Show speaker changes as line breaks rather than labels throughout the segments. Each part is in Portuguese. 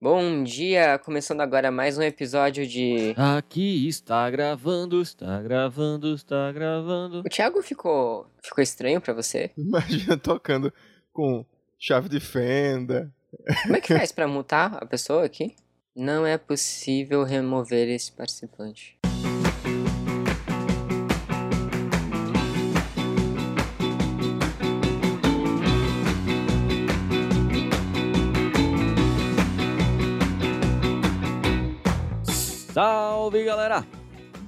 Bom dia, começando agora mais um episódio de.
Aqui está gravando, está gravando, está gravando.
O Thiago ficou ficou estranho pra você?
Imagina tocando com chave de fenda.
Como é que faz pra mutar a pessoa aqui? Não é possível remover esse participante.
Salve galera!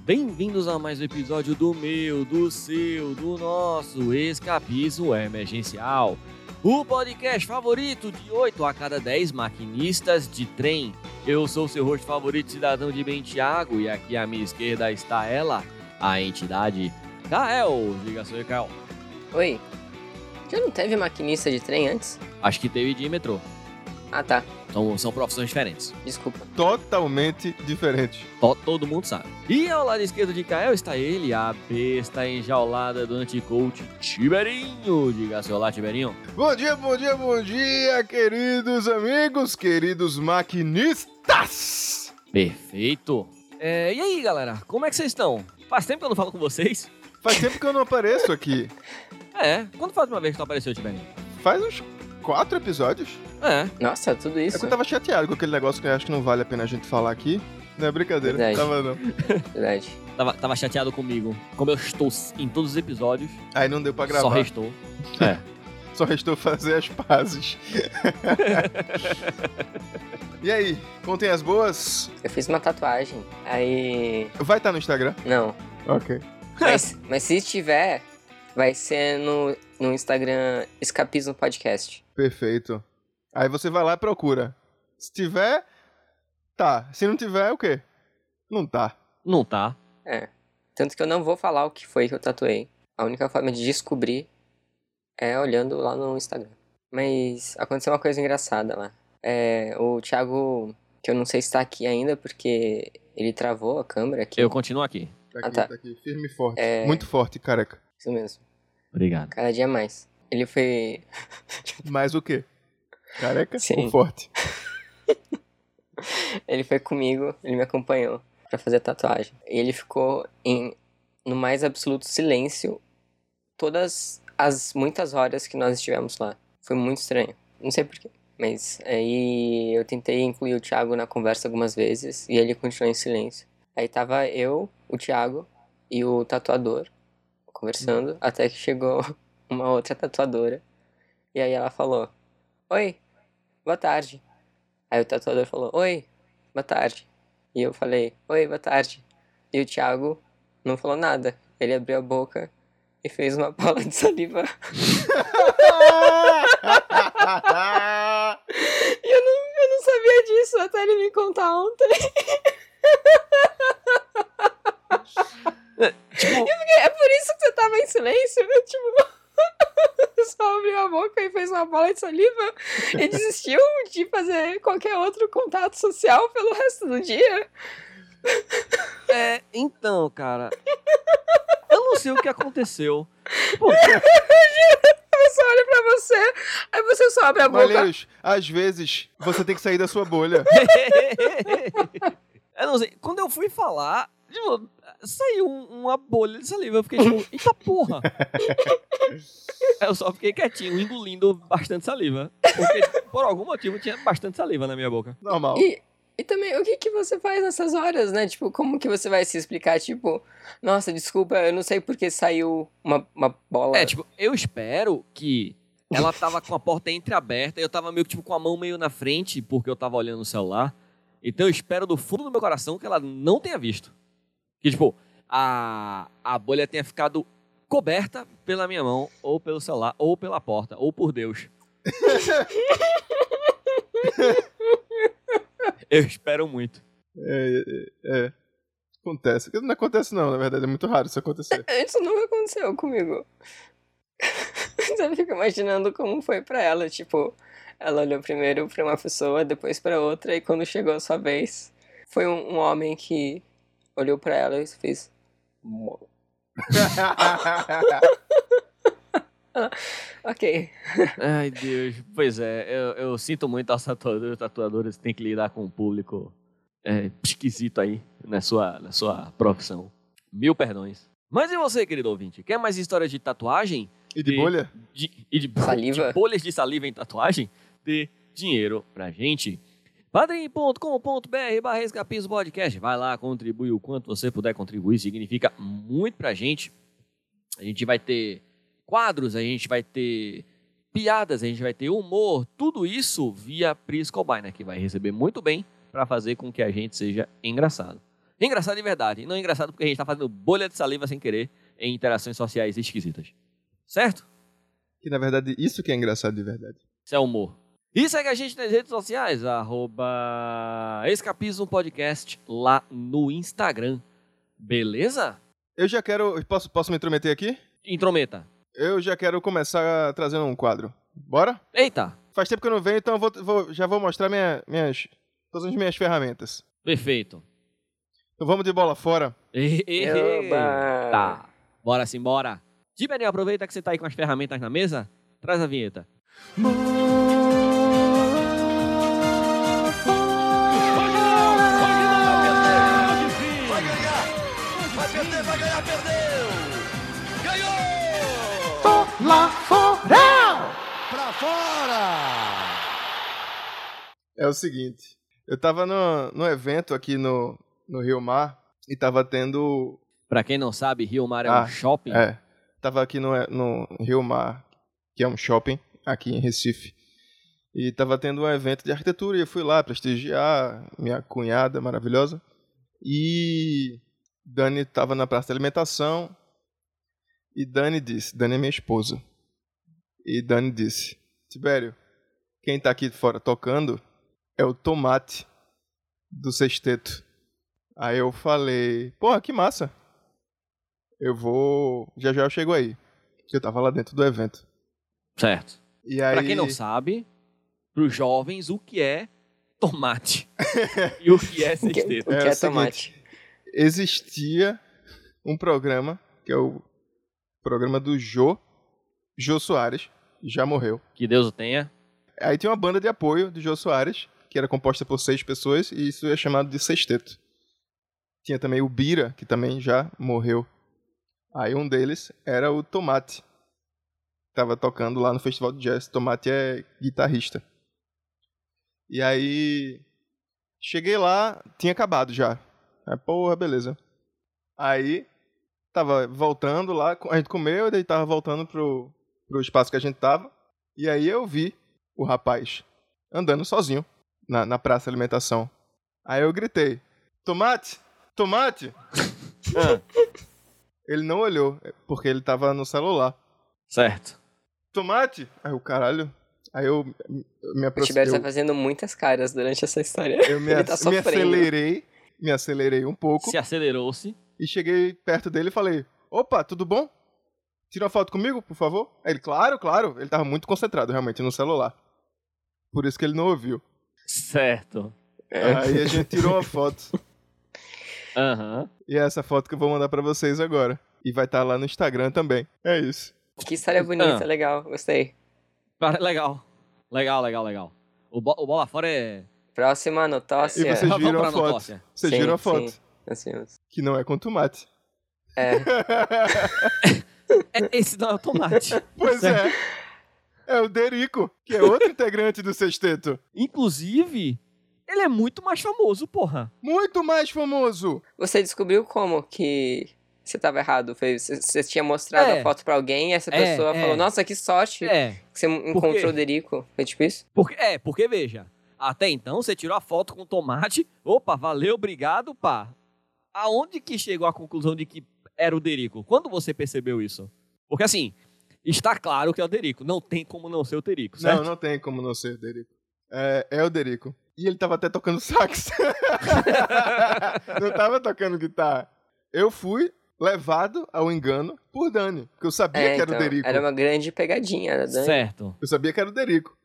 Bem-vindos a mais um episódio do meu, do seu, do nosso Escapismo Emergencial. O podcast favorito de 8 a cada 10 maquinistas de trem. Eu sou seu host favorito, cidadão de Bem Thiago, e aqui à minha esquerda está ela, a entidade Kael. Diga sua Kael.
Oi. Já não teve maquinista de trem antes?
Acho que teve de metrô.
Ah tá,
São, são profissões diferentes.
desculpa.
Totalmente diferente.
To- Todo mundo sabe. E ao lado esquerdo de Kael está ele, a besta enjaulada do anticoach Tiberinho. Diga seu lá, Tiberinho.
Bom dia, bom dia, bom dia, queridos amigos, queridos maquinistas!
Perfeito. É, e aí, galera, como é que vocês estão? Faz tempo que eu não falo com vocês?
Faz tempo que eu não apareço aqui.
É, quando faz uma vez que tu apareceu, Tiberinho?
Faz uns quatro episódios.
É,
Nossa, tudo
É que
isso?
eu tava chateado com aquele negócio que eu acho que não vale a pena a gente falar aqui. Não é brincadeira,
Verdade.
tava não.
Verdade.
tava, tava chateado comigo. Como eu estou em todos os episódios,
Aí não deu pra
só
gravar.
restou. É.
Só restou fazer as pazes. e aí, contem as boas?
Eu fiz uma tatuagem. Aí.
Vai estar no Instagram?
Não.
Ok.
Mas, mas se tiver, vai ser no, no Instagram Escapismo Podcast.
Perfeito. Aí você vai lá e procura. Se tiver, tá. Se não tiver, o quê? Não tá.
Não tá.
É. Tanto que eu não vou falar o que foi que eu tatuei. A única forma de descobrir é olhando lá no Instagram. Mas aconteceu uma coisa engraçada lá. É, o Thiago, que eu não sei se tá aqui ainda, porque ele travou a câmera aqui.
Eu continuo aqui.
Tá
Ah, tá.
aqui. Firme e forte.
É.
Muito forte, careca.
Isso mesmo.
Obrigado.
Cada dia mais. Ele foi.
Mas o quê? Careca
Sim.
ou forte?
Ele foi comigo, ele me acompanhou pra fazer a tatuagem. E ele ficou em no mais absoluto silêncio todas as muitas horas que nós estivemos lá. Foi muito estranho. Não sei porquê. Mas aí eu tentei incluir o Thiago na conversa algumas vezes e ele continuou em silêncio. Aí tava eu, o Thiago e o tatuador conversando até que chegou uma outra tatuadora. E aí ela falou: "Oi. Boa tarde." Aí o tatuador falou: "Oi. Boa tarde." E eu falei: "Oi, boa tarde." E o Thiago não falou nada. Ele abriu a boca e fez uma bola de saliva. E eu não, eu não sabia disso até ele me contar ontem.
Tipo,
É por isso que você tava em silêncio, viu? Tipo. Só abriu a boca e fez uma bola de saliva e desistiu de fazer qualquer outro contato social pelo resto do dia.
É, então, cara. Eu não sei o que aconteceu. Pô,
A pessoa olha pra você, aí você só abre a boca.
Malheiros, às vezes você tem que sair da sua bolha.
eu É, não sei. Quando eu fui falar, tipo, saiu um- uma bolha de saliva. Eu fiquei tipo, eita porra! Eu só fiquei quietinho, engolindo bastante saliva. Porque, por algum motivo, tinha bastante saliva na minha boca.
Normal.
E, e também, o que, que você faz nessas horas, né? Tipo, como que você vai se explicar? Tipo, nossa, desculpa, eu não sei porque saiu uma, uma bola.
É, tipo, eu espero que ela tava com a porta entreaberta e eu tava meio que tipo, com a mão meio na frente, porque eu tava olhando o celular. Então eu espero do fundo do meu coração que ela não tenha visto. Que, tipo, a, a bolha tenha ficado coberta pela minha mão, ou pelo celular, ou pela porta, ou por Deus. Eu espero muito.
É, é, é. Acontece. Não acontece não, na verdade. É muito raro isso acontecer.
Isso nunca aconteceu comigo. Você fica imaginando como foi pra ela, tipo, ela olhou primeiro pra uma pessoa, depois pra outra, e quando chegou a sua vez, foi um, um homem que olhou pra ela e fez. "Mo-". Ok.
Ai, Deus. Pois é, eu, eu sinto muito aos tatuadores, tatuadores que têm que lidar com um público é, esquisito aí na sua, na sua profissão. Mil perdões. Mas e você, querido ouvinte? Quer mais histórias de tatuagem?
E de
E-
bolha?
de, e de,
Saliva.
de bolhas de saliva em tatuagem, dê dinheiro pra gente. padrim.com.br barra Escapismo podcast. Vai lá, contribui o quanto você puder contribuir, significa muito pra gente. A gente vai ter quadros, a gente vai ter piadas, a gente vai ter humor, tudo isso via Pris Cobaina, que vai receber muito bem pra fazer com que a gente seja engraçado. Engraçado de verdade, não engraçado porque a gente tá fazendo bolha de saliva sem querer em interações sociais esquisitas. Certo?
Que na verdade, isso que é engraçado de verdade.
Isso é humor. E segue a gente nas redes sociais, arroba Escapismo Podcast lá no Instagram. Beleza?
Eu já quero. Posso, posso me intrometer aqui?
Intrometa.
Eu já quero começar trazendo um quadro. Bora?
Eita,
Faz tempo que eu não venho, então eu vou, vou- já vou mostrar minha, minhas. Todas as minhas ferramentas.
perfeito.
Então vamos de bola fora.
E- e-
Oba!
Tá, bora sim, bora. Tiberinho, aproveita que você tá aí com as ferramentas na mesa. Traz a vinheta.
É o seguinte. Eu tava no, no evento aqui no, no Rio Mar e tava tendo
Pra quem não sabe, Rio Mar é um
Ah,
shopping.
É. Tava aqui no, no Rio Mar, que é um shopping aqui em Recife. E tava tendo um evento de arquitetura e eu fui lá prestigiar minha cunhada maravilhosa. E Dani tava na praça de alimentação. E Dani disse, Dani é minha esposa. E Dani disse, Tibério, quem tá aqui fora tocando é o Tomate do Sexteto. Aí eu falei, porra, que massa. Eu vou. Já já eu chego aí. Porque eu tava lá dentro do evento.
Certo.
E aí.
Pra quem não sabe, pros jovens, o que é tomate? e o que é
O que, o
sexteto?
que
É o
é
seguinte.
tomate?
Existia um programa, que é o programa do Jô. Jô Soares. Já morreu.
Que Deus o tenha.
Aí tinha uma banda de apoio do Jô Soares, que era composta por seis pessoas, e isso é chamado de sexteto. Tinha também o Bira, que também já morreu. Aí um deles era o Tomate. Tava tocando lá no Festival de Jazz. Tomate é guitarrista. E aí. Cheguei lá, tinha acabado já. Aí, porra, beleza. Aí. Tava voltando lá, a gente comeu, e daí tava voltando pro, pro espaço que a gente tava. E aí eu vi o rapaz andando sozinho na, na praça de alimentação. Aí eu gritei: Tomate! Tomate!
Ah,
Ele não olhou, é, porque ele tava no celular.
certo.
Tomate! Aí o caralho. Aí eu me- me
O Tibério tá
aproximei.
fazendo muitas caras durante essa história.
Eu me,
ele tá
ac- me
sofrendo.
acelerei, me acelerei um pouco
Se acelerou-se.
e cheguei perto dele e falei: Opa, tudo bom? Tira uma foto comigo, por favor? Aí ele, claro, claro. Ele tava muito concentrado realmente no celular. Por isso que ele não ouviu.
Certo.
Aí a gente tirou uma foto.
Aham.
E é essa foto que eu vou mandar pra vocês agora. E vai estar lá no Instagram também. É isso.
Que história bonita,
Ah.
legal, gostei.
Cara, Legal. Legal, legal, legal. O, bo- o bola fora é.
Próxima, notócia.
E vocês
Vamos
viram
pra
a foto?
notócia.
Vocês
Sim,
viram a foto,
sim. Nós vimos.
que não é com tomate.
É,
É, esse não é o tomate.
Pois é. É o Derico, que é outro integrante do sexteto.
Inclusive, ele é muito mais famoso, porra.
Muito mais famoso.
você descobriu como que você tava errado? Foi- Você você tinha mostrado
É.
a foto pra alguém e essa
É,
pessoa
é.
falou, nossa, que sorte
É.
que você
quê?
encontrou o Derico. Foi tipo isso?
Porque, é, porque veja. Até então, você tirou a foto com o tomate. Opa, valeu, obrigado, pá. Aonde que chegou a conclusão de que era o Derico? Quando você percebeu isso? Porque assim, está claro que é o Derico. Não tem como não ser o Derico, certo?
Não, não tem como não ser o Derico. É, é o Derico. E ele tava até tocando sax. não tava tocando guitarra. Eu fui levado ao engano por Dani, que eu sabia
É,
que era o
então,
Derico.
era uma grande pegadinha da Dani.
Certo.
Eu sabia que era o Derico.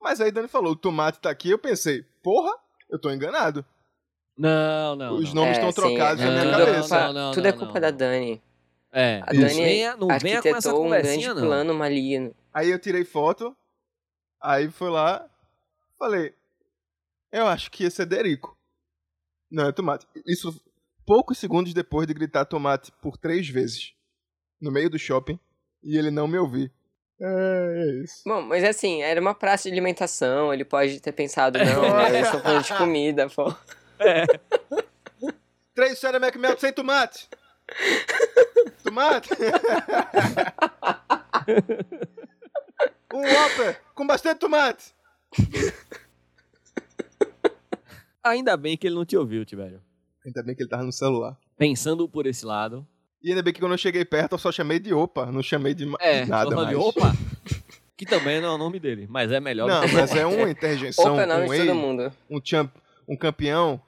Mas aí Dani falou, o tomate tá aqui, eu pensei, porra, eu tô enganado.
Não, não.
Os
não.
nomes
É,
estão
sim,
trocados
é,
na minha
tudo é
cabeça.
culpa-
Não, não,
tudo é
não,
culpa
não.
da Dani.
É,
A
Isso.
não
Dani
venha, não venha com essa
arquitetou um grande
conversinha, não.
plano maligno.
Aí eu tirei foto, aí fui lá, falei, eu acho que esse é Derico. Não, é tomate. Isso poucos segundos depois de gritar tomate por três vezes, no meio do shopping, e ele não me ouvir. É, é isso.
Bom, mas assim, era uma praça de alimentação, ele pode ter pensado, não, né,
Olha.
eu estou falando de comida, pô.
Três Sarah McMelt sem tomate! tomate! um Whopper com bastante tomate!
Ainda bem que ele não te ouviu, Tibério.
Ainda bem que ele tava no celular.
Pensando por esse lado.
E ainda bem que quando eu cheguei perto, eu só chamei de opa, não chamei de, ma-
É,
de nada
só falei,
mais.
opa! Que também não é o nome dele, mas é melhor
Não,
do que
mas é uma interjeição,
Opa, é
um
nome de todo
rei,
mundo.
um champ, um campeão,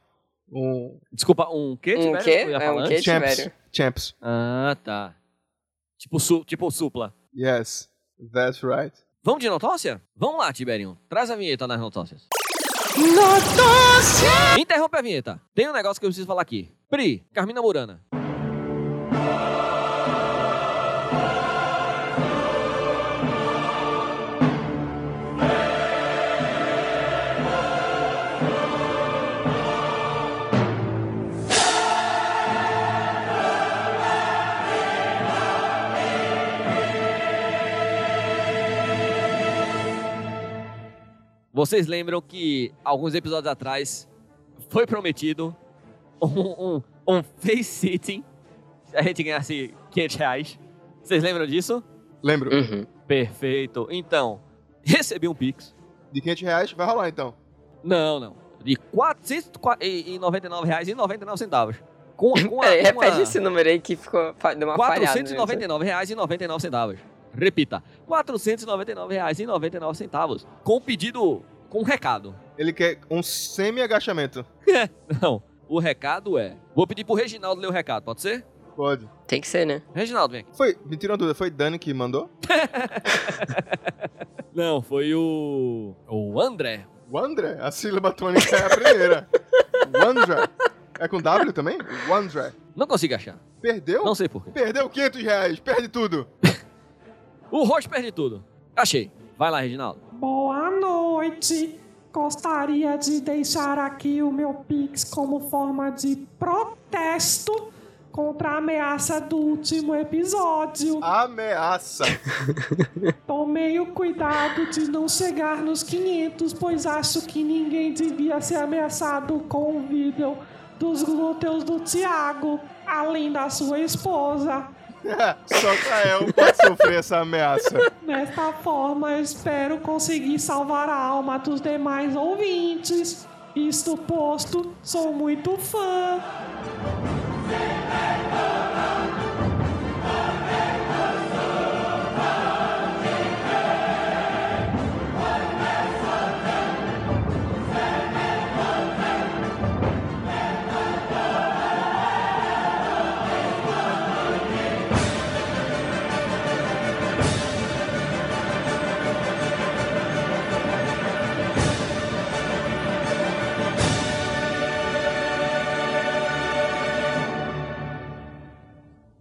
um
Desculpa, um quê,
Um
Tibério?
quê?
Tu ia
É, um
falar
quê?
antes?
champs,
Tiveram.
champs.
Ah, tá. Tipo, su, tipo supla.
Yes, that's right.
Vamos de notócia? Vamos lá, Tiberinho. Traz a vinheta nas notócias. Notócia! Interrompe a vinheta. Tem um negócio que eu preciso falar aqui. Pri, Carmina Burana. Vocês lembram que alguns episódios atrás foi prometido um, um, um face sitting se a gente ganhasse 500 reais. Vocês lembram disso? Hum.
Lembro,
Uhum.
Perfeito. Então, recebi um pix.
de 500 reais, vai rolar então.
Não, não. De R$ 499,99. Com, com a, com a,
Peraí, É, repete esse número aí que ficou, fa- deu uma falhada. né?
R$499,99. Repita, R$ 499,99. Com um pedido, com um recado.
Ele quer um semi-agachamento.
Não, o recado é... Vou pedir pro Reginaldo ler o recado, pode ser?
Pode.
Tem que ser, né?
Reginaldo, vem aqui.
Foi, me tirou uma dúvida, foi Dani que mandou?
Não, foi o... O André.
O André, a sílaba tônica é a primeira. O André. É com W também? O André.
Não consigo achar.
Perdeu?
Não sei porquê.
Perdeu 500 reais, perde tudo.
O rosto perde tudo. Achei. Vai lá, Reginaldo.
Boa noite! Gostaria de deixar aqui o meu Pix como forma de protesto contra a ameaça do último episódio.
Ameaça.
Tomei o cuidado de não chegar nos 500, pois acho que ninguém devia ser ameaçado com o vídeo dos glúteos do Tiago, além da sua esposa.
Só Kael pode sofrer essa ameaça.
Desta forma, eu espero conseguir salvar a alma dos demais ouvintes. Isto posto, sou muito fã.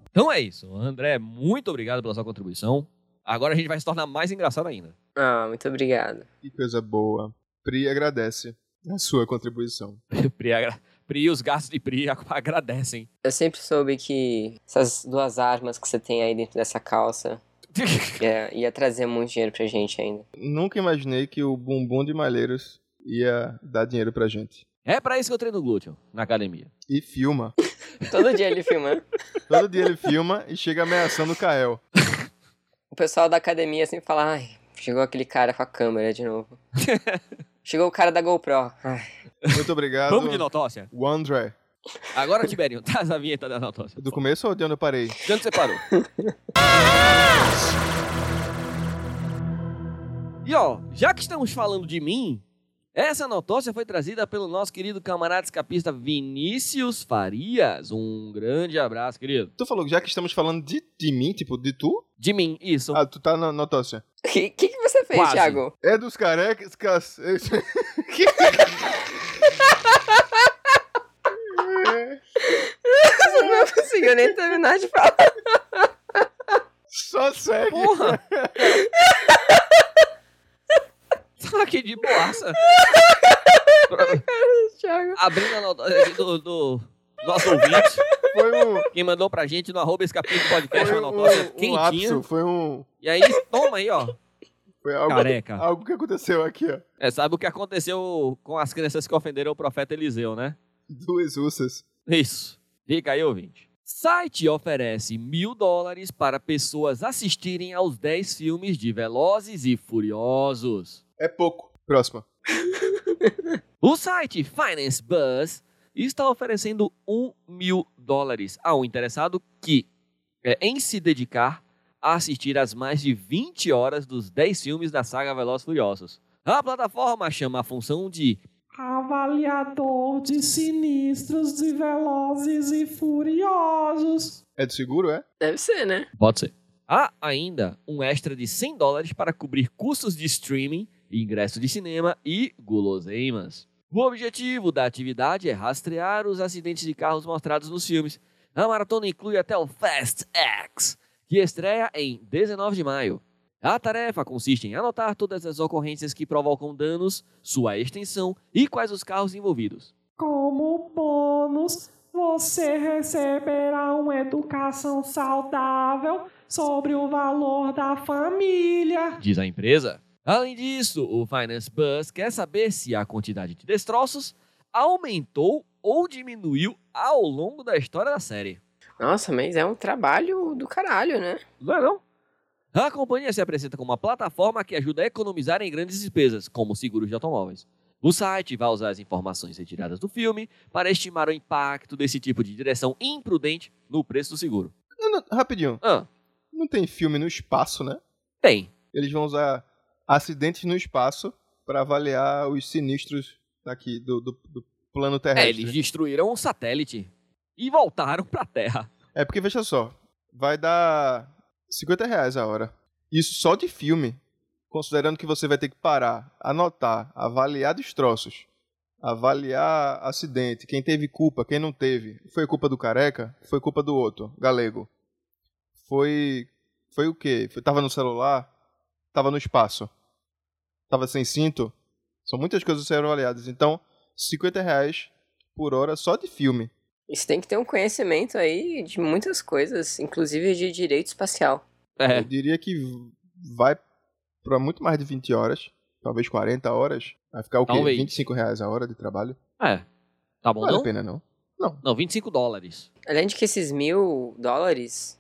Então é isso. André, muito obrigado pela sua contribuição. Agora a gente vai se tornar mais engraçado ainda.
Ah, muito obrigado.
Que coisa boa. Pri agradece a sua contribuição.
Pri, agra- Pri e os gastos de Pri ag- agradecem.
Eu sempre soube que essas duas armas que você tem aí dentro dessa calça ia, ia trazer muito dinheiro pra gente ainda.
Nunca imaginei que o bumbum de Malheiros ia dar dinheiro pra gente.
É pra isso que eu treino glúteo na academia.
E filma.
Todo dia ele filmando.
Todo dia ele filma e chega ameaçando o Kael.
O pessoal da academia sempre fala, ai, chegou aquele cara com a câmera de novo. chegou o cara da GoPro. Ai,
Muito obrigado.
Vamos de notócia?
O André.
Agora, Tiberinho, traz a vinheta da notócia.
Do começo ou de onde eu parei?
De onde você parou? e ó, já que estamos falando de mim, essa notócia foi trazida pelo nosso querido camarada escapista Vinícius Farias. Um grande abraço, querido.
Tu falou, já que estamos falando de, de mim, tipo, de tu?
De mim, isso.
Ah, tu tá na notócia.
o que, que, que você fez,
Quase.
Thiago?
É dos carecas. é cacete.
Você não conseguiu nem terminar de falar.
consegue.
Porra! Tá aqui de boaça. Pra-
Thiago.
Abrindo a nota eh, do, do nosso ouvinte,
Foi um,
quem mandou pra gente no arroba escapismo podcast,
foi
uma
um,
notócia
um
quentinha.
lapso, foi um...
e aí, toma aí, ó.
Foi algo,
Careca.
algo que aconteceu aqui, ó.
É, sabe o que aconteceu com as crianças que ofenderam o profeta Eliseu, né?
Duas russas.
Isso. Fica aí, ouvinte. Site oferece mil dólares para pessoas assistirem aos 10 filmes de Velozes e Furiosos.
É pouco. Próxima.
O site Finance Buzz está oferecendo um mil dólares a um interessado que, é, em se dedicar a assistir às mais de 20 horas dos 10 filmes da saga Velozes e Furiosos. A plataforma chama a função de
Avaliador de sinistros de velozes e furiosos.
É de seguro, é?
Deve ser, né?
Pode ser. Há ainda um extra de 100 dólares para cobrir custos de streaming, ingresso de cinema e guloseimas. O objetivo da atividade é rastrear os acidentes de carros mostrados nos filmes. A maratona inclui até o Fast X, que estreia em 19 de maio. A tarefa consiste em anotar todas as ocorrências que provocam danos, sua extensão e quais os carros envolvidos.
Como bônus, você receberá uma educação saudável sobre o valor da família.
diz a empresa. Além disso, o Finance Buzz quer saber se a quantidade de destroços aumentou ou diminuiu ao longo da história da série.
Nossa, mas é um trabalho do caralho, né?
Não é não? A companhia se apresenta como uma plataforma que ajuda a economizar em grandes despesas, como seguros de automóveis. O site vai usar as informações retiradas do filme para estimar o impacto desse tipo de direção imprudente no preço do seguro.
Não, não, rapidinho.
Ah,
Não tem filme no espaço, né?
tem.
Eles vão usar acidentes no espaço pra avaliar os sinistros daqui do, do- do plano
É,
terrestre.
eles destruíram um satélite e voltaram para a Terra.
É porque, veja só, vai dar 50 reais a hora. Isso só de filme, considerando que você vai ter que parar, anotar, avaliar destroços, avaliar acidente, quem teve culpa, quem não teve. Foi culpa do careca? Foi culpa do outro, galego. Foi. Foi o quê? Foi- tava no celular? Tava no espaço? Tava sem cinto? São muitas coisas a serem avaliadas. Então, 50 reais por hora só de filme.
E você tem que ter um conhecimento aí de muitas coisas, inclusive de direito espacial.
É,
Eu diria que vai pra muito mais de 20 horas, talvez 40 horas. Vai ficar o quê?
Talvez.
25 reais a hora de trabalho?
é. Tá bom
Não vale
não?
a pena, não.
Não, 25 dólares.
Além de que esses mil dólares,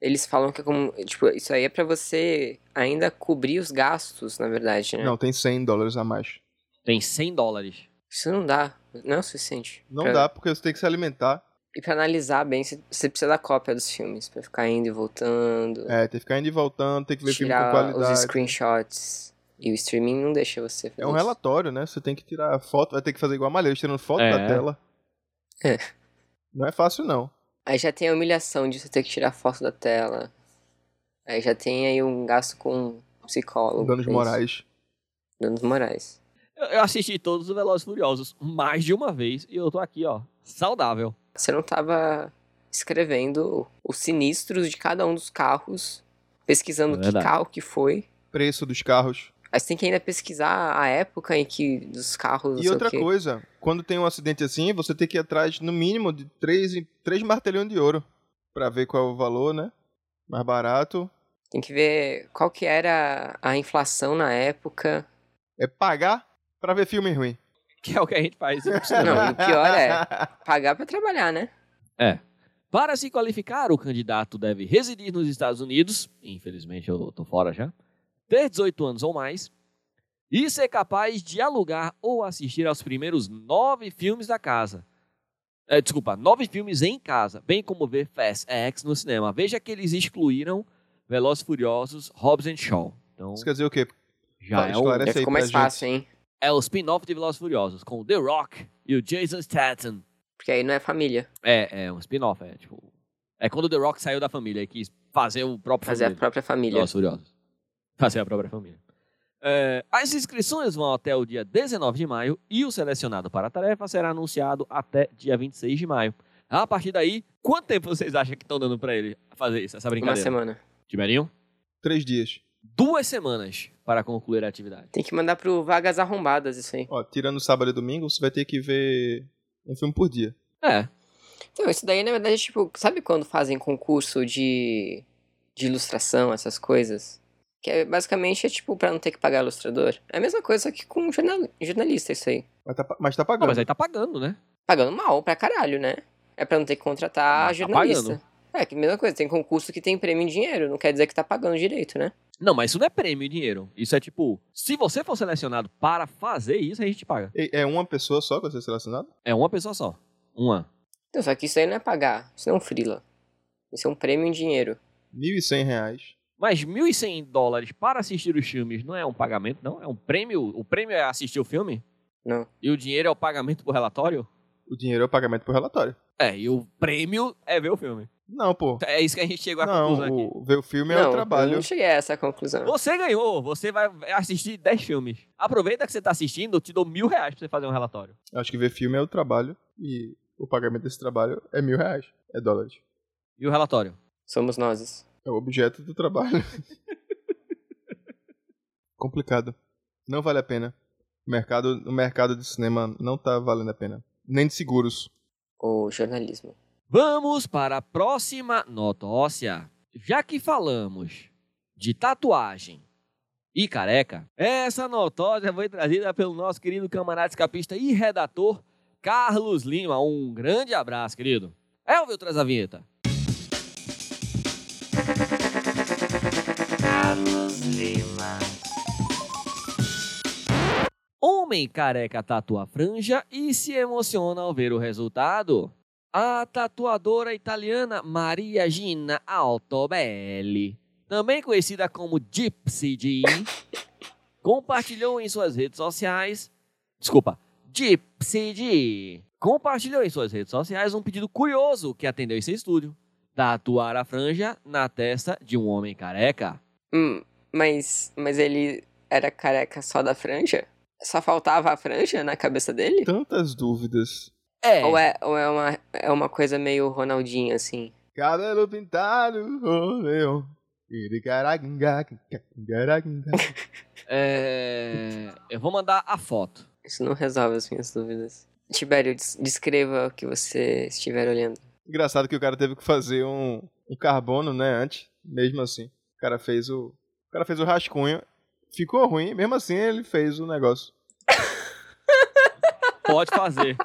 eles falam que é como. Tipo, isso aí é pra você ainda cobrir os gastos, na verdade, né?
Não, tem 100 dólares a mais.
Tem 100 dólares.
Isso não dá. Não é o suficiente.
Não
Pra-
dá, porque você tem que se alimentar.
E pra analisar bem, você- você precisa da cópia dos filmes, pra ficar indo e voltando.
É, tem que ficar indo e voltando, tem que ver filme com
tirar os
qualidade.
screenshots. E o streaming não deixa você fazer
É um
isso.
relatório, né? Você tem que tirar foto, vai ter que fazer igual a Malheiro, tirando foto
É.
da tela.
É.
Não é fácil, não.
Aí já tem a humilhação de você ter que tirar foto da tela. Aí já tem aí um gasto com um psicólogo.
Danos
pra isso.
morais.
Danos morais.
Eu, eu assisti todos os Velozes e Furiosos mais de uma vez e eu tô aqui, ó, saudável.
Você não tava escrevendo os sinistros de cada um dos carros,
É
pesquisando que
verdade.
carro que foi.
Preço dos carros.
Aí você tem que ainda pesquisar a época em que dos carros. não
E
sei o
outra
quê.
coisa, quando tem um acidente assim, você tem que ir atrás, no mínimo, de três, três martelhões de ouro. Pra ver qual é o valor, né? Mais barato.
Tem que ver qual que era a inflação na época.
É pagar pra ver filme ruim.
Que é o que a gente faz. não precisa
Não,
não.
e o pior é- Pagar pra trabalhar, né?
Para se qualificar, o candidato deve residir nos Estados Unidos, infelizmente eu tô fora já, ter 18 anos ou mais, e ser capaz de alugar ou assistir aos primeiros nove filmes da casa. É, desculpa, nove filmes em casa, bem como ver Fast X no cinema. Veja que eles excluíram Velozes e Furiosos, Hobbs and Shaw. Então,
Isso quer dizer o quê?
já é um
esclarece
Já
aí
ficou
pra
mais
gente.
fácil, hein?
é o spin-off de Velozes e Furiosos, com o The Rock e o Jason Statham.
Porque aí não é família.
É, é um spin-off, é tipo... É quando o The Rock saiu da família e quis fazer o próprio
Fazer é a
filme dele.
própria família.
Velozes e Furiosos. Fazer a própria família. É, as inscrições vão até o dia 19 de maio e o selecionado para a tarefa será anunciado até dia 26 de maio. A partir daí, quanto tempo vocês acham que estão dando pra ele fazer isso, essa
Uma
brincadeira?
semana.
Tiberinho?
Três dias.
Duas semanas para concluir a atividade.
Tem que mandar pro Vagas Arrombadas isso aí.
Ó, tirando sábado e domingo, você vai ter que ver um filme por dia.
É.
Então, isso daí, na verdade, é tipo, sabe quando fazem concurso de, de ilustração, essas coisas? Que é, basicamente é tipo pra não ter que pagar ilustrador. É a mesma coisa que com jornal, jornalista, isso aí.
Mas tá, pa- mas tá
Não,
pagando.
mas aí tá pagando, né?
Pagando mal pra caralho, né? É pra não ter que contratar
Mas tá
jornalista. é, que mesma coisa, tem concurso que tem prêmio em dinheiro, não quer dizer que tá pagando direito, né?
Não, mas isso não é prêmio e dinheiro. Isso é tipo, se você for selecionado para fazer isso, a gente paga.
E- É uma pessoa só que vai ser selecionada?
É uma pessoa só. Uma.
Então, só que isso aí não é pagar, isso não é um frila. Isso é um prêmio em dinheiro.
R$ 1.100 reais.
Mas 1.100 dólares para assistir os filmes não é um pagamento, não? É um prêmio? O prêmio é assistir o filme?
Não.
E o dinheiro é o pagamento pro relatório?
O dinheiro é o pagamento por relatório.
É, e o prêmio é ver o filme.
Não, pô.
É isso que a gente chegou à conclusão
Não,
aqui.
o, ver o filme é
não,
o
eu
trabalho.
não cheguei a essa conclusão.
Você ganhou, você vai assistir 10 filmes. Aproveita que você tá assistindo, eu te dou mil reais pra você fazer um relatório.
Eu Acho que ver filme é o trabalho. E o pagamento desse trabalho é mil reais. É dólares.
E o relatório?
Somos nós.
É o objeto do trabalho. Complicado. Não vale a pena. O mercado, o mercado de cinema não tá valendo a pena. Nem de seguros.
O jornalismo.
Vamos para a próxima nota óssea. Já que falamos de tatuagem e careca, essa nota óssea foi trazida pelo nosso querido camarada escapista e redator Carlos Lima. Um grande abraço, querido. Elvio traz a vinheta. Homem careca tatua a franja e se emociona ao ver o resultado. A tatuadora italiana Maria Gina Altobelli, também conhecida como Gypsy Jean, compartilhou em suas redes sociais. Desculpa, Gypsy Jean. Compartilhou em suas redes sociais um pedido curioso que atendeu em seu estúdio: tatuar a franja na testa de um homem careca.
Hum, mas, mas ele era careca só da franja? Só faltava a franja na cabeça dele?
Tantas dúvidas.
É,
Ou, é, ou é, uma, é uma coisa meio Ronaldinho, assim?
Cabelo pintado, oh meu. Irigaragingá, irigaragingá.
é, eu vou mandar a foto.
Isso não resolve as minhas dúvidas. Tibério, des- descreva o que você estiver olhando.
Engraçado que o cara teve que fazer um, um carbono, né, antes. Mesmo assim. O cara fez o. O cara fez o rascunho. Ficou ruim, mesmo assim ele fez o negócio.
Pode fazer.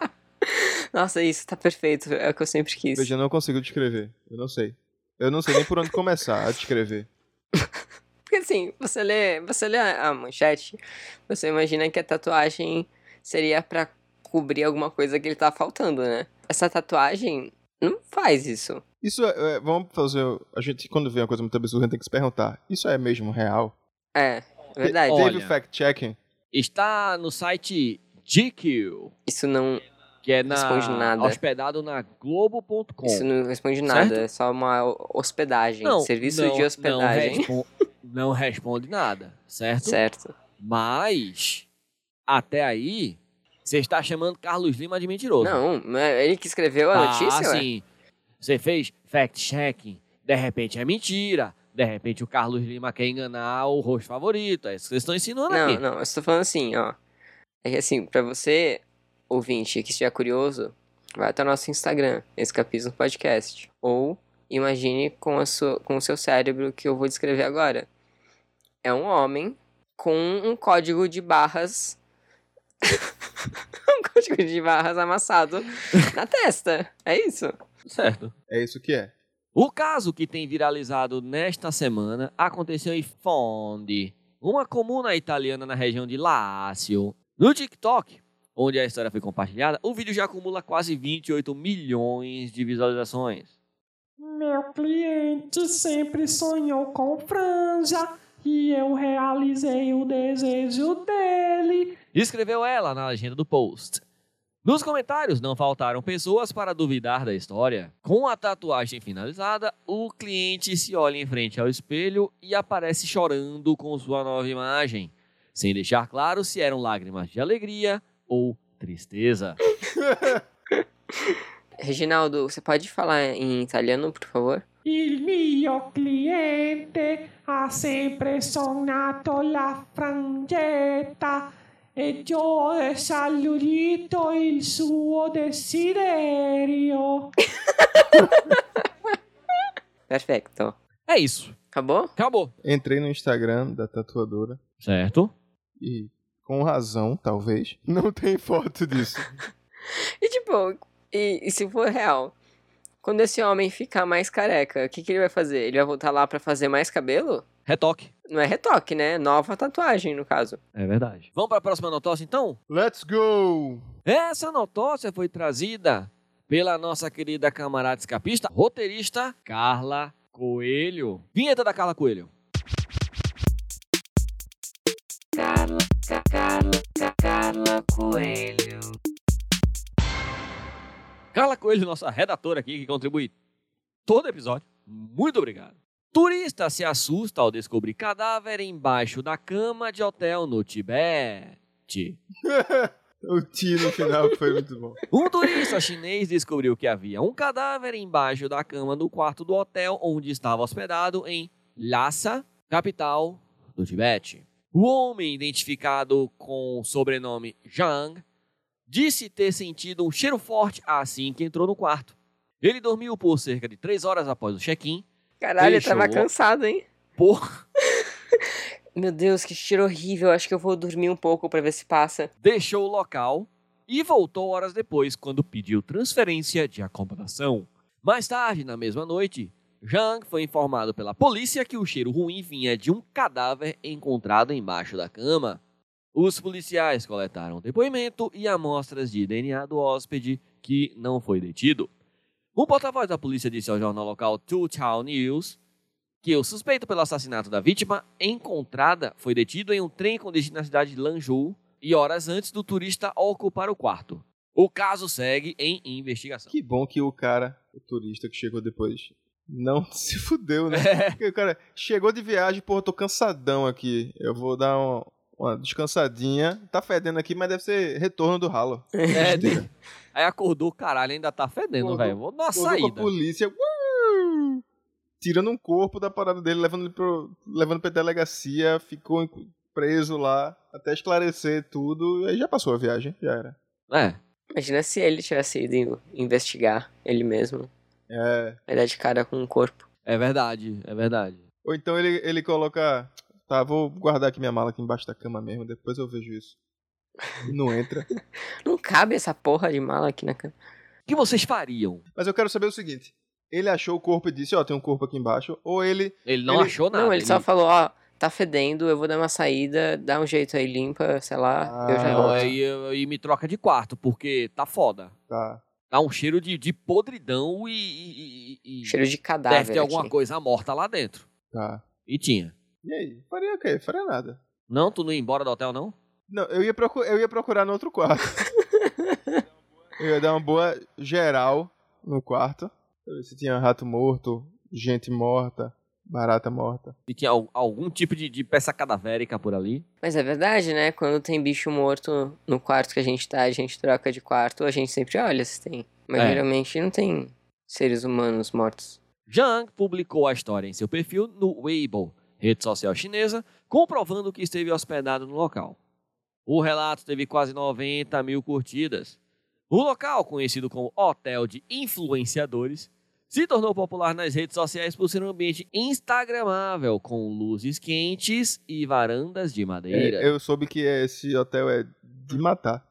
Nossa, isso tá perfeito. É o que eu sempre quis.
Veja, eu não consigo descrever. Eu não sei. Eu não sei nem por onde começar a descrever.
Porque assim, você lê, você lê a a manchete, você imagina que a tatuagem seria pra cobrir alguma coisa que ele tá faltando, né? Essa tatuagem não faz isso.
Isso é, é, vamos fazer. A gente, quando vê uma coisa muito absurda, a gente tem que se perguntar: isso é mesmo real?
É, verdade.
Olha.
Teve o fact-checking?
Está no site GQ.
Isso não,
que é na,
Responde nada.
hospedado na globo.com.
isso não responde nada,
Certo?
é só uma ho- hospedagem, serviço de hospedagem.
Não, respon- não responde nada, certo?
certo.
Mas até aí você está chamando Carlos Lima de mentiroso.
Não, mas ele que escreveu a
tá,
notícia, ué?
assim, Você fez fact checking, de repente é mentira. De repente o Carlos Lima quer enganar o rosto favorito. É isso que vocês estão ensinando
Não,
aqui.
não, eu estou falando assim, ó. É que assim, pra você, ouvinte, que estiver curioso, vai até o nosso Instagram, Escapismo Podcast. Ou imagine com, a sua, com o seu cérebro que eu vou descrever agora. É um homem com um código de barras. um código de barras amassado na testa. É isso?
Certo.
É isso que é.
O caso que tem viralizado nesta semana aconteceu em Fondi, uma comuna italiana na região de Lácio. No TikTok, onde a história foi compartilhada, o vídeo já acumula quase 28 milhões de visualizações.
Meu cliente sempre sonhou com franja e eu realizei o desejo dele.
Escreveu ela na legenda do post. Nos comentários não faltaram pessoas para duvidar da história. Com a tatuagem finalizada, o cliente se olha em frente ao espelho e aparece chorando com sua nova imagem, sem deixar claro se eram lágrimas de alegria ou tristeza.
Reginaldo, você pode falar em italiano, por favor?
Il mio cliente ha sempre sognato la frangetta e io ho saluto il suo desiderio.
Perfeito.
É isso.
Acabou?
Acabou.
Entrei no Instagram da tatuadora
Certo.
e, com razão, talvez, não tem foto disso.
E tipo, e, e se for real, quando esse homem ficar mais careca, o que, que ele vai fazer? Ele vai voltar lá pra fazer mais cabelo?
Retoque.
Não é retoque, né? Nova tatuagem, no caso.
É verdade. Vamos para a próxima notócia, então?
Let's go!
Essa notócia foi trazida pela nossa querida camarada escapista, roteirista Carla Coelho. Vinheta da Carla Coelho. Carla Coelho, nossa redatora aqui, que contribui todo episódio. Muito obrigado. Turista se assusta ao descobrir cadáver embaixo da cama de hotel no Tibete.
O Ti no final foi muito bom.
Um turista chinês descobriu que havia um cadáver embaixo da cama do quarto do hotel onde estava hospedado em Lhasa, capital do Tibete. O homem, identificado com o sobrenome Zhang, disse ter sentido um cheiro forte assim que entrou no quarto. Ele dormiu por cerca de três horas após o check-in.
Caralho,
Deixa
eu tava
eu-
cansado, hein?
Por
Meu Deus, que cheiro horrível. Acho que eu vou dormir um pouco pra ver se passa.
deixou o local e voltou horas depois quando pediu transferência de acomodação. Mais tarde, na mesma noite, Zhang foi informado pela polícia que o cheiro ruim vinha de um cadáver encontrado embaixo da cama. Os policiais coletaram depoimento e amostras de DNA do hóspede, que não foi detido. Um porta-voz da polícia disse ao jornal local Two Town News que o suspeito pelo assassinato da vítima encontrada foi detido em um trem com destino à cidade de Lanzhou, e horas antes do turista ocupar o quarto. O caso segue em investigação.
Que bom que o cara, o turista que chegou depois, não se fudeu, né?
É.
Porque o cara chegou de viagem, porra, tô cansadão aqui. Eu vou dar um- uma descansadinha. Tá fedendo aqui, mas deve ser retorno do ralo.
É, de- Aí acordou, caralho, ainda tá fedendo,
Acordou-
velho. Vou dar uma
Acordou com a
saída.
polícia. uau! Tirando um corpo da parada dele, levando ele pro, levando pra delegacia, ficou em- preso lá, até esclarecer tudo. Aí já passou a viagem, já era.
É.
Imagina se ele tivesse ido in- investigar ele mesmo.
É.
Vai dar de cara com um corpo.
É verdade, é verdade.
Ou então ele, ele coloca. Tá, vou guardar aqui minha mala aqui embaixo da cama mesmo, depois eu vejo isso. E não entra.
Não cabe essa porra de mala aqui na cama.
O que vocês fariam?
Mas eu quero saber o seguinte: ele achou o corpo e disse, ó, tem um corpo aqui embaixo, ou ele.
Ele não
Ele-
achou nada.
Não, ele só falou, ó, tá fedendo, eu vou dar uma saída, dá um jeito aí, limpa, sei lá, eu
Ah,
já
É,
volto.
é.
aí eu- E me troca de quarto, porque tá foda.
Tá.
Tá um cheiro de, de podridão e. e- e- e-
Cheiro de cadáver assim.
deve ter alguma
aqui.
coisa morta lá dentro.
Tá.
E tinha.
E aí? Faria o quê? Faria nada.
Não, tu não ia embora do hotel, não?
Não, eu ia, procu- eu ia procurar no outro quarto. eu ia dar uma boa geral no quarto. Pra ver se tinha rato morto, gente morta, barata morta.
E tinha al- algum tipo de, de peça cadavérica por ali.
Mas é verdade, né? Quando tem bicho morto no quarto que a gente tá, a gente troca de quarto, a gente sempre olha se tem. Mas
É.
geralmente não tem seres humanos mortos.
Zhang publicou a história em seu perfil no Weibo, rede social chinesa, comprovando que esteve hospedado no local. O relato teve quase 90 mil curtidas. O local, conhecido como Hotel de Influenciadores, se tornou popular nas redes sociais por ser um ambiente instagramável, com luzes quentes e varandas de madeira.
É, eu soube que esse hotel é de matar.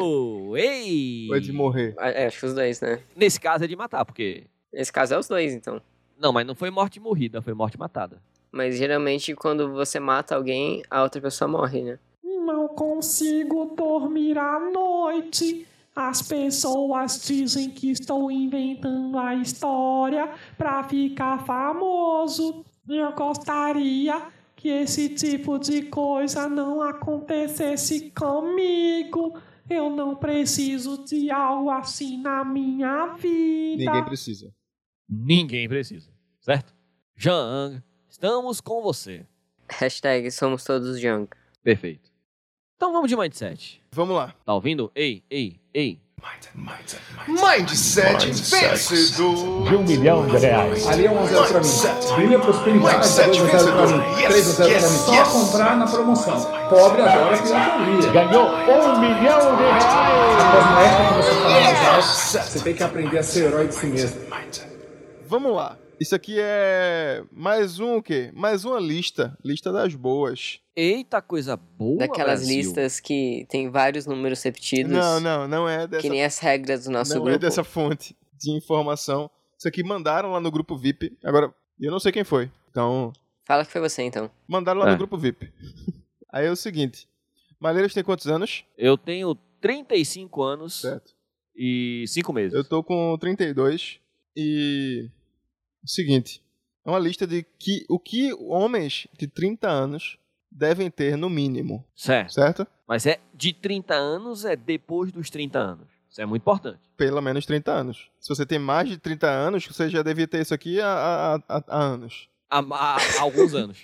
Uou! Ei!
Ou é de morrer.
Ah, É, acho que os dois, né?
Nesse caso é de matar, porque...
Nesse caso é os dois, então.
Não, mas não foi morte morrida, foi morte matada.
Mas geralmente quando você mata alguém, a outra pessoa morre, né?
Não consigo dormir à noite. As pessoas dizem que estou inventando a história para ficar famoso. Eu gostaria que esse tipo de coisa não acontecesse comigo. Eu não preciso de algo assim na minha vida.
Ninguém precisa.
Ninguém precisa, certo? Jang, estamos com você.
Hashtag somos todos Jung.
Perfeito. Então vamos de mindset.
Vamos lá.
Tá ouvindo? Ei, ei, ei.
Mindset, vencedor.
de um milhão de reais.
Ali é 1 a 0 pra mim. Brilha prosperidade, 2 a 0 pra mim. 3 a 0 pra mim. Só comprar na promoção. Pobre adora pirataria.
Ganhou um milhão de reais.
Após uma época que você fala mais alto, você tem que aprender a ser herói de si mesmo.
Vamos lá. Isso aqui é mais um o quê? Mais uma lista. Lista das boas.
Eita coisa boa,
Daquelas
Brasil.
listas que tem vários números repetidos.
Não, não, não é dessa
Que nem as regras do nosso
não
grupo.
é dessa fonte de informação. Isso aqui mandaram lá no grupo VIP. Agora, eu não sei quem foi. Então,
Fala que foi você, então.
mandaram lá
É.
no grupo VIP. Aí é o seguinte. Maleiros tem quantos anos?
Eu tenho 35 anos
Certo.
e 5 meses.
Eu tô com 32 e o seguinte, é uma lista de que o que homens de 30 anos devem ter no mínimo,
Certo.
certo?
Mas é de 30 anos, é depois dos 30 anos. Isso é muito importante.
Pelo menos 30 anos. Se você tem mais de 30 anos, você já devia ter isso aqui há, há- há- há anos,
Há, há- há alguns anos.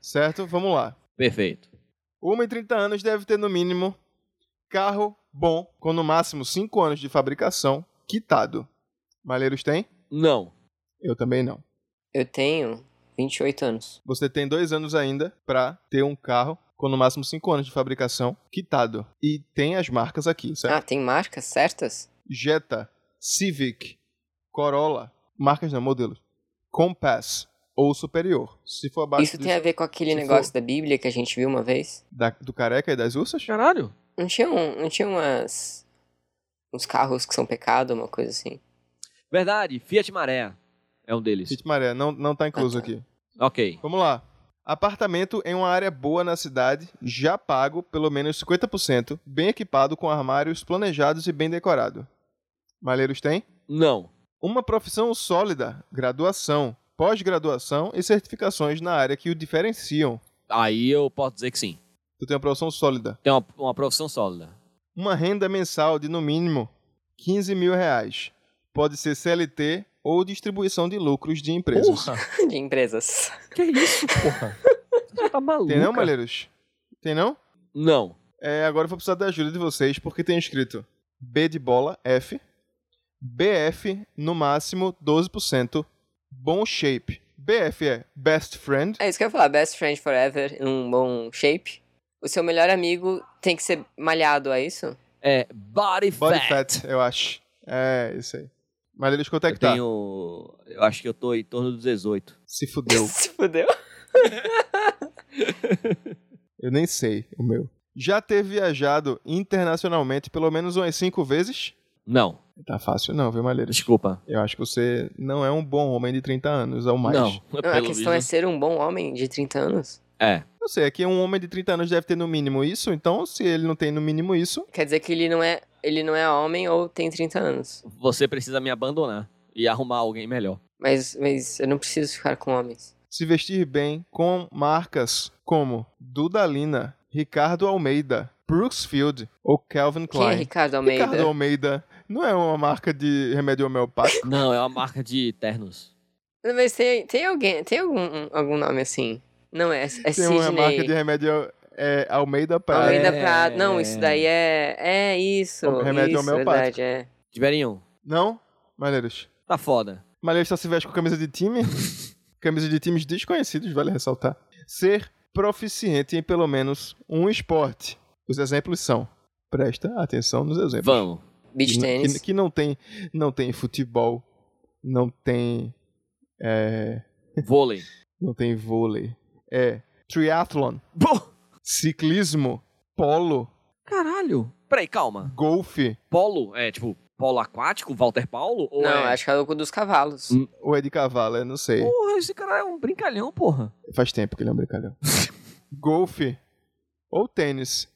certo? Vamos lá.
Perfeito.
O homem de 30 anos deve ter no mínimo carro bom, com no máximo 5 anos de fabricação, quitado. Malheiros tem?
Não.
Eu também não.
Eu tenho 28 anos.
Você tem dois anos ainda pra ter um carro com no máximo cinco anos de fabricação quitado. E tem as marcas aqui,
Ah,
certo?
tem marcas certas?
Jetta, Civic, Corolla, marcas não, modelos. Compass ou superior. Se for abaixo
Isso
do,
tem a ver com aquele
se
negócio da Bíblia que a gente viu uma vez?
da- do careca e das ursas,
Caralho.
Não tinha, um, não tinha umas. uns carros que são pecado, uma coisa assim.
Verdade, Fiat Maré é um deles.
Fit Maré, não, não tá incluso
Ah, tá.
aqui.
Ok.
Vamos lá. Apartamento em uma área boa na cidade, já pago pelo menos 50%, bem equipado com armários planejados e bem decorado. Malheiros tem?
Não.
Uma profissão sólida, graduação, pós-graduação e certificações na área que o diferenciam.
Aí eu posso dizer que sim.
Tu tem uma profissão sólida.
Tem uma, uma profissão sólida.
Uma renda mensal de no mínimo 15 mil reais. Pode ser CLT ou distribuição de lucros de empresas.
Porra,
De empresas.
que isso, porra?
Você tá maluco?
Tem não, Malheiros? Tem não?
Não.
É, agora eu vou precisar da ajuda de vocês, porque tem escrito B de bola, F. BF, no máximo 12%. Bom shape. BF é best friend.
É isso que eu ia falar, best friend forever, em um bom shape. O seu melhor amigo tem que ser malhado, é isso?
É body,
Body
fat.
fat, eu acho. É, isso aí. Mas eles quanto é
Eu
que tá?
tenho. Eu acho que eu tô em torno dos 18.
Se fudeu.
Se fudeu.
eu nem sei o meu. Já ter viajado internacionalmente pelo menos umas cinco vezes?
Não.
Tá fácil não, viu, Malheiro?
Desculpa.
Eu acho que você não é um bom homem de 30 anos ou mais.
Não.
Não, a questão é
visto-
ser um bom homem de 30 anos.
É.
Eu sei, é que um homem de 30 anos deve ter no mínimo isso, então se ele não tem no mínimo isso,
Quer dizer que ele não é, ele não é homem ou tem 30 anos.
Você precisa me abandonar e arrumar alguém melhor.
Mas, mas eu não preciso ficar com homens.
se vestir bem com marcas como Dudalina, Ricardo Almeida, Brooksfield ou Calvin
Quem é
Klein.
Ricardo Almeida?
Ricardo Almeida não é uma marca de remédio homeopático?
Não, é uma marca de ternos.
Mas tem, tem alguém, tem algum, algum nome assim? Não, é, é
Tem
Sidney.
uma marca de remédio é, Almeida para
Almeida
É.
Prado. Não, isso daí é. É isso.
Um
isso,
remédio homeopático.
verdade, é.
Tiberinho,
Não? Maneiros.
um? tá foda.
Maneiros só se veste com camisa de time? camisa de times desconhecidos, vale ressaltar. Ser proficiente em pelo menos um esporte. Os exemplos são. Presta atenção nos exemplos.
Vamos.
Beach
Que-
tênis.
Que, que não tem não tem futebol, não tem é,
Vôlei.
não tem vôlei. É triathlon,
Pô,
ciclismo, polo,
caralho. Peraí, calma.
golfe
Polo é tipo polo aquático, Walter Paulo? Ou
Não,
é...
acho que é o dos cavalos.
Hum.
ou é de cavalo, eu não sei.
Porra, esse cara é um brincalhão, porra.
Faz tempo que ele é um brincalhão. Golfe ou tênis.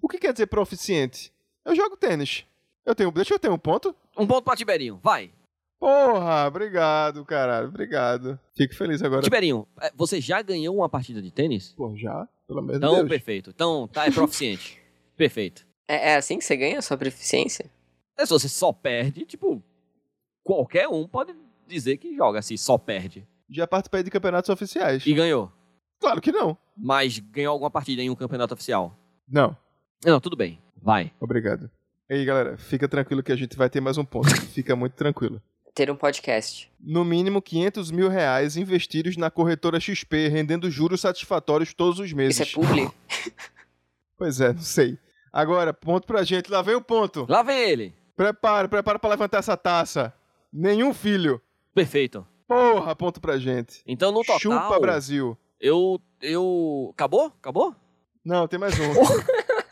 O que quer dizer proficiente? Eu jogo tênis. Eu tenho, deixa eu ter um ponto.
Um ponto pra Tiberinho, vai.
Porra, obrigado, caralho, obrigado. Fico feliz agora.
Tiberinho, é, você já ganhou uma partida de tênis?
Pô, já? Pelo amor de
Então,
Deus.
perfeito. Então, tá, é proficiente. perfeito.
É, é assim que você ganha a sua proficiência?
É se você só perde, tipo, qualquer um pode dizer que joga assim, só perde.
Já participei de campeonatos oficiais.
E ganhou.
Claro que não.
Mas ganhou alguma partida em um campeonato oficial.
Não,
Não, tudo bem. Vai.
obrigado. Ei, galera, fica tranquilo que a gente vai ter mais um ponto. Fica muito tranquilo.
Ter um podcast.
No mínimo 500 mil reais investidos na corretora XP, rendendo juros satisfatórios todos os meses.
Isso é publi?
Pois é, não sei. Agora, ponto pra gente. Lá vem o ponto.
Lá vem ele.
Prepara, prepara pra levantar essa taça. Nenhum filho.
Perfeito.
Porra, ponto pra gente.
Então, no total,
Chupa, Brasil.
eu... eu... Acabou? Acabou?
Não, tem mais um.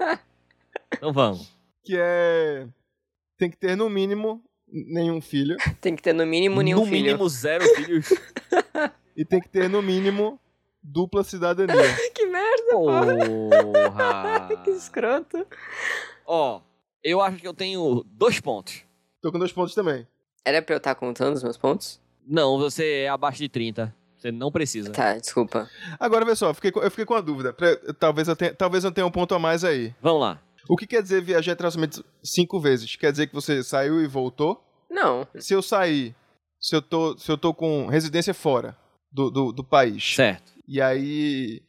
Então vamos.
que é... Tem que ter, no mínimo, nenhum filho.
Tem que ter no mínimo nenhum
no
filho.
mínimo zero filhos.
E tem que ter, no mínimo, dupla cidadania.
Que merda,
Porra.
que escroto.
Ó, eu acho que eu tenho dois pontos.
Tô com dois pontos também.
Era pra eu estar contando os meus pontos?
Não, você é abaixo de 30. Você não precisa.
Tá, desculpa.
Agora, pessoal, eu fiquei com, eu fiquei com a dúvida. Pre- Talvez eu, tenha, talvez eu tenha um ponto a mais aí.
Vamos lá.
O que quer dizer viajar internacionalmente cinco vezes? Quer dizer que você saiu e voltou?
Não.
Se eu sair, se eu tô, se eu tô com residência fora do, do, do país,
Certo.
e aí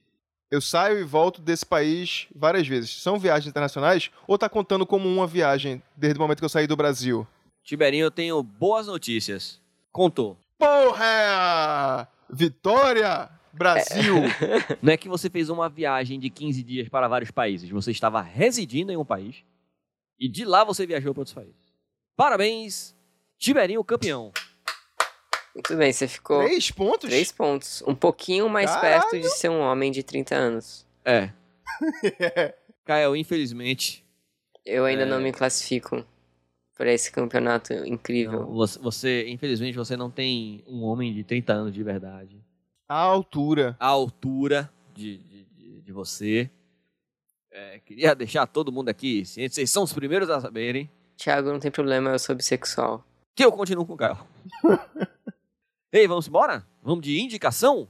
eu saio e volto desse país várias vezes, são viagens internacionais? Ou tá contando como uma viagem desde o momento que eu saí do Brasil?
Tiberinho, eu tenho boas notícias. Contou.
Porra! Vitória! Brasil!
Não é que você fez uma viagem de 15 dias para vários países. Você estava residindo em um país e de lá você viajou para outros países. Parabéns, Tiberinho campeão.
Muito bem, você ficou três,
Três pontos?
pontos. Um pouquinho mais
Caralho!
perto de ser um homem de 30 anos.
É. Caio, infelizmente,
Eu ainda
É.
não me classifico pra esse campeonato incrível.
você, você- infelizmente você não tem um homem de 30 anos de verdade.
A altura.
à altura de, de, de- de você. É, queria deixar todo mundo aqui ciente, vocês são os primeiros a saberem,
Thiago, não tem problema, eu sou bissexual.
que eu continuo com o Caio. Ei, vamos embora? Vamos de indicação?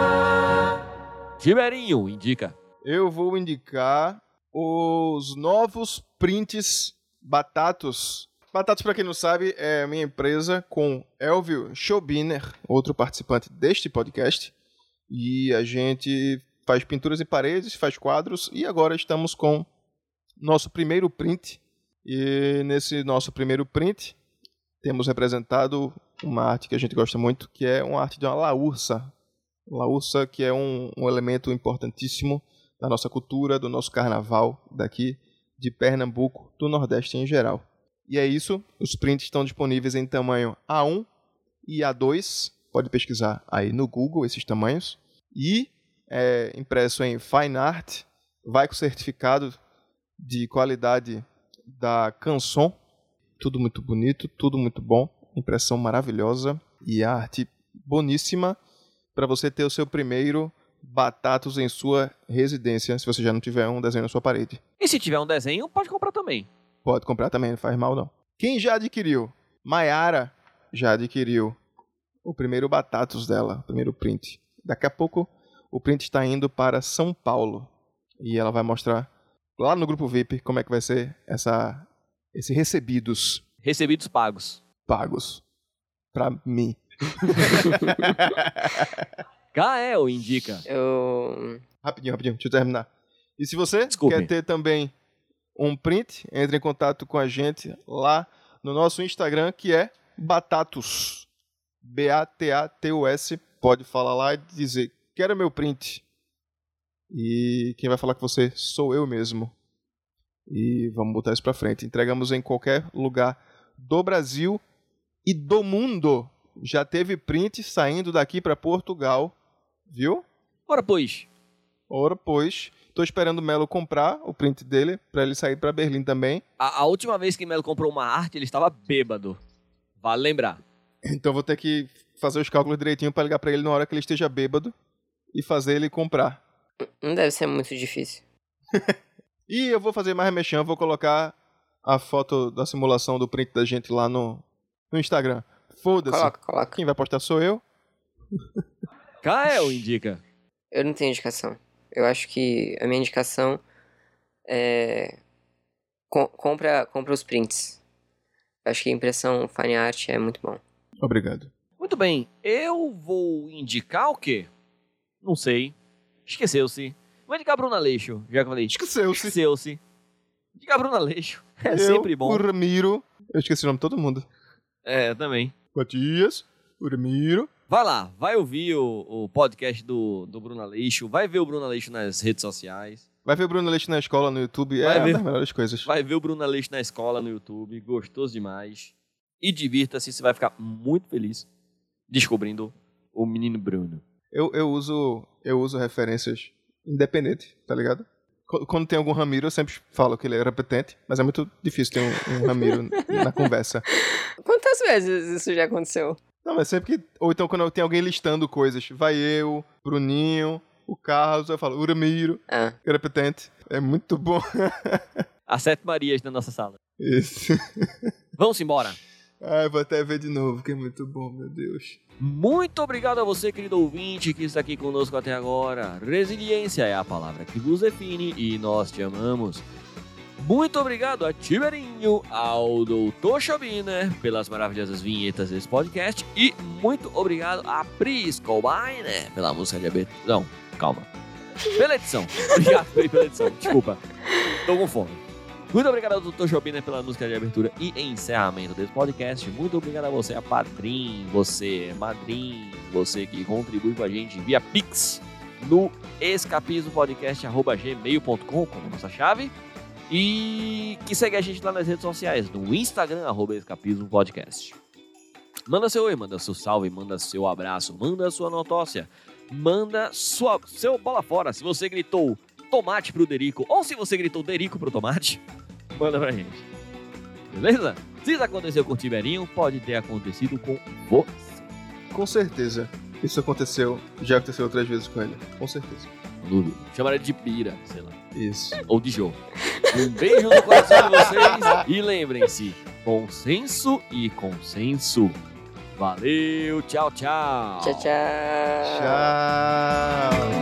Indica! Tiberinho indica.
Eu vou indicar os novos prints Batatos. Batatos, para quem não sabe, é a minha empresa com Elvio Schobiner, outro participante deste podcast. E a gente faz pinturas em paredes, faz quadros e agora estamos com nosso primeiro print. E nesse nosso primeiro print temos representado uma arte que a gente gosta muito, que é uma arte de uma laursa. Laursa que é um- um elemento importantíssimo da nossa cultura, do nosso carnaval daqui de Pernambuco, do Nordeste em geral. E é isso, os prints estão disponíveis em tamanho A1 e A2, pode pesquisar aí no Google esses tamanhos, e é impresso em Fine Art, vai com certificado de qualidade da Canson, tudo muito bonito, tudo muito bom, impressão maravilhosa e a arte boníssima para você ter o seu primeiro batatos em sua residência, se você já não tiver um desenho na sua parede.
E se tiver um desenho, pode comprar também.
Pode comprar também, não faz mal não. Quem já adquiriu? Maiara já adquiriu o primeiro batatos dela, o primeiro print. Daqui a pouco o print está indo para São Paulo e ela vai mostrar lá no grupo VIP como é que vai ser essa esse recebidos
Recebidos pagos.
pagos para mim.
Caio indica.
Eu.
Rapidinho, rapidinho, deixa eu terminar. E se você
Desculpe.
quer ter também um print, entre em contato com a gente lá no nosso Instagram, que é Batatus. B-A-T-A-T-U-S. Pode falar lá e dizer, quero meu print. E quem vai falar com você sou eu mesmo. E vamos botar isso pra frente. Entregamos em qualquer lugar do Brasil e do mundo. Já teve print saindo daqui pra Portugal, viu?
Ora, pois,
Ora, pois. Tô esperando o Melo comprar o print dele pra ele sair pra Berlim também.
A, a última vez que Melo comprou uma arte, ele estava bêbado. Vale lembrar.
Então vou ter que fazer os cálculos direitinho pra ligar pra ele na hora que ele esteja bêbado e fazer ele comprar.
Não deve ser muito difícil.
E eu vou fazer mais remexão, vou colocar a foto da simulação do print da gente lá no, no Instagram. Foda-se.
Coloca, coloca.
Quem vai postar sou eu.
Kael indica.
Eu não tenho indicação. Eu acho que a minha indicação é. co- compra, compra os prints. Eu acho que a impressão fine art é muito bom.
Obrigado.
Muito bem, eu vou indicar o quê? Não sei. Esqueceu-se. Vou indicar Bruna Leixo, já que eu falei.
Esqueceu-se.
Esqueceu-se. Indicar Bruna Leixo. É
Eu,
sempre bom.
O Ramiro. Eu esqueci o nome de todo mundo.
É, também.
Matias. O Ramiro.
Vai lá, vai ouvir o, o podcast do, do Bruna Leixo, vai ver o Bruna Leixo nas redes sociais,
Vai ver o Bruno Leite na escola no YouTube.
Vai
é
ver.
uma das melhores coisas.
vai ver o Bruna Leixo na escola no YouTube, gostoso demais. E divirta-se, você vai ficar muito feliz descobrindo o menino Bruno.
Eu, eu uso eu uso referências independente, tá ligado? Qu- Quando tem algum Ramiro, eu sempre falo que ele é repetente, mas é muito difícil ter um, um Ramiro na conversa.
Quantas vezes isso já aconteceu?
Não, mas sempre que. Ou então quando tem alguém listando coisas, vai eu, Bruninho, o Carlos, eu falo, o Ramiro,
Ah,
que é repetente. É muito bom.
As sete Marias na nossa sala.
Isso.
Vamos embora.
Ai, vou até ver de novo, que é muito bom, meu Deus.
Muito obrigado a você, querido ouvinte, que está aqui conosco até agora. Resiliência é a palavra que vos define e nós te amamos. Muito obrigado a Tiberinho, ao Doutor Chaviner, pelas maravilhosas vinhetas desse podcast. E muito obrigado a Pris Colbiner, pela música de abertura. Não, calma. Pela edição. Obrigado Pri, pela edição. Desculpa. Tô com fome. Muito obrigado ao Dr. Jobina pela música de abertura e encerramento desse podcast. Muito obrigado a você, a Padrim, você, Madrim, você que contribui com a gente via Pix no escapismopodcast.gmail.com como nossa chave. E que segue a gente lá nas redes sociais, no Instagram, arroba escapismopodcast. Manda seu oi, manda seu salve, manda seu abraço, manda sua notócia, manda sua, seu bola fora. Se você gritou tomate pro Derico ou se você gritou Derico pro tomate, manda pra gente. Beleza? Se isso aconteceu com o Tiberinho, pode ter acontecido com você.
Com certeza. Isso aconteceu, já aconteceu outras vezes com ele. Com certeza.
Não duvido. Chamaram ele de Pira, sei lá.
Isso.
Ou de Jô. Um beijo no coração de vocês e lembrem-se: consenso e consenso. Valeu, tchau, tchau.
É. tchau, tchau.
Tchau.